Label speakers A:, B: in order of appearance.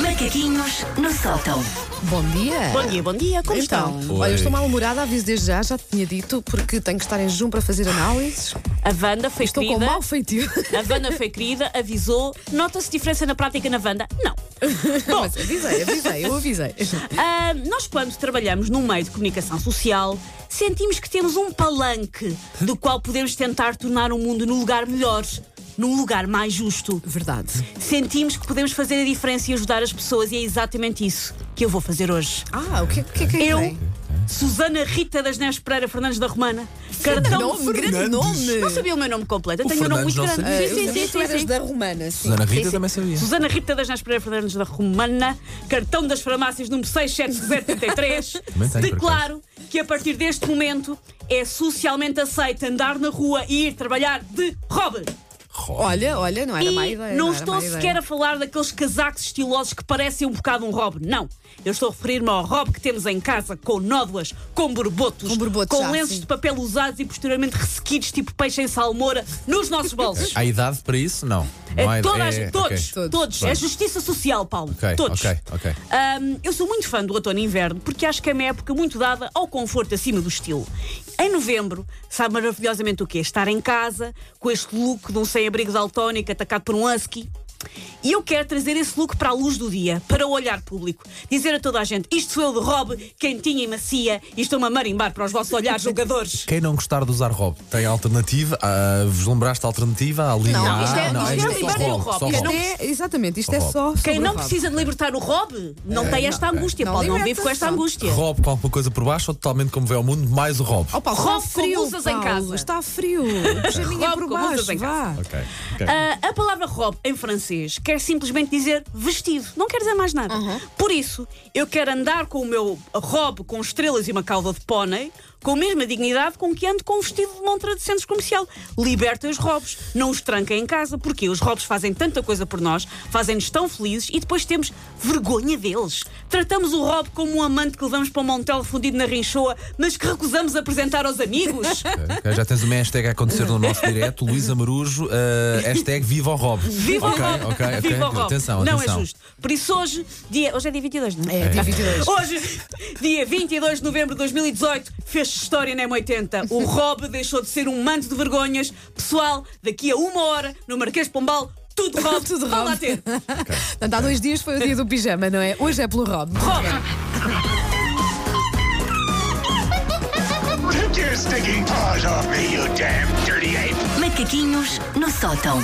A: Macaquinhos no sótão.
B: Bom dia.
C: Bom dia, bom dia, como
B: Então,
C: estão?
B: olha,
D: Oi.
B: eu estou mal-humorada, aviso desde já, já te tinha dito, porque tenho que estar em jejum para fazer análises.
C: A Wanda foi
B: Estou com
C: querida.
B: mau feitio.
C: A Wanda foi querida, avisou. Nota-se diferença na prática na Wanda? Não. Bom,
B: Mas avisei, avisei, eu avisei.
C: ah, nós quando trabalhamos num meio de comunicação social, sentimos que temos um palanque do qual podemos tentar tornar o mundo num lugar melhor, num lugar mais justo.
B: Verdade.
C: Sentimos que podemos fazer a diferença e ajudar as pessoas e é exatamente isso que eu vou fazer hoje.
B: Ah, o que, o que é que aí
C: Eu,
B: vem?
C: Susana Rita das Neves Pereira Fernandes da Romana, cartão
B: Nome, grande nome.
C: Não sabia o meu um nome completo. Eu
D: O
C: tenho um nome
D: Fernandes
C: muito
D: não
C: grande.
B: Ah,
D: sabia.
B: eu sabia que tu eras da Romana, sim.
D: Susana
C: Sim,
D: Rita
C: sim.
D: também sabia.
C: Susana Rita das Nas Pereira Fernandes da Romana, cartão das farmácias número 67033,
D: Também tenho,
C: declaro que a partir deste momento é socialmente aceito andar na rua e ir trabalhar de robe.
B: Olha, olha, não era má
C: E
B: ideia.
C: não
B: era má
C: estou
B: ideia.
C: sequer a falar daqueles casacos estilosos que parecem um bocado um robe. Não. Eu estou a referir-me ao robe que temos em casa, com nódoas, com borbotos,
B: Com borbotos, já,
C: lenços
B: sim.
C: de papel usados e posteriormente ressequidos, tipo peixe em salmoura, nos nossos bolsos.
D: Há idade para isso? Não.
C: É,
D: não há,
C: toda a
D: é-
C: gente-
D: ok.
C: todos,
B: Todos.
C: todos. É justiça social, Paulo.
D: Ok,
C: todos.
D: ok, ok.
C: Ahm, eu sou muito fã do outono e inverno porque acho que é uma época muito dada ao conforto acima do estilo. Em novembro, sabe maravilhosamente o quê? Estar em casa, com este look de um sem-abrigo daltónico atacado por um husky. E eu quero trazer esse look para a luz do dia, para o olhar público. Dizer a toda a gente: isto sou eu de Rob, quentinha e macia, e estou-me a marimbar para os vossos olhares jogadores.
D: Quem não gostar de usar Rob tem alternativa? Ah, vos lembraste a alternativa? A linha
B: Não,
D: A?
B: isto é- isto é
D: só
B: libertar
C: o Rob.
D: só
C: Quem
B: Isto é, exatamente, isto é
D: Rob.
B: só.
C: Quem
B: sobre
C: não
B: o Rob.
C: precisa de libertar o Rob não tem esta angústia,
B: Não
C: Paulo. Não
B: liberta,
C: vive com esta
B: só.
C: angústia.
D: É, Rob com alguma coisa por baixo ou totalmente como vê ao mundo, mais o Rob.
B: Oh, Paulo,
C: Rob
B: está
C: com
B: frio,
C: blusas em
B: Paulo,
C: casa.
B: Está frio. Puxa a minha
C: Rob
B: por
C: com blusas em
B: baixo, vá.
D: Ok, ok.
C: Ah, a palavra robe em francês quer simplesmente dizer vestido, não quer dizer mais nada. Por isso, eu quero andar com o meu robe com estrelas e uma cauda de pônei, com a mesma dignidade com que ando com um vestido de montra de centro comercial. Libertem os robes, não os tranquem em casa, porque os robes fazem tanta coisa por nós, fazem-nos tão felizes e depois temos vergonha deles. Tratamos o robe como um amante que levamos para um montel fundido na rinchoa, mas que recusamos apresentar aos amigos.
D: Ok, Já tens uma hashtag a acontecer no nosso direto, Luís Amarujo, ah, hashtag Viva o Rob.
C: Viva
D: ok,
C: o Rob!
D: ok, ok.
C: Viva o Rob!
D: Atenção,
C: não
D: atenção.
C: é justo. Por isso hoje, dia, hoje é dia 22, não é?
B: É, dividido.
C: Hoje, dia 22 de novembro de 2018, fez história na M80. O Rob deixou de ser um manto de vergonhas. Pessoal, daqui a uma hora, no Marquês de Pombal, tudo Rob,
B: Tudo
C: vá lá
B: Rob.
C: ter.
B: Portanto, há dois dias foi o dia do pijama, não é? Hoje é pelo Rob.
C: Rob!
E: Take your stinking paws off me, you damn dirty ape!
A: Macaquinhos no sótão.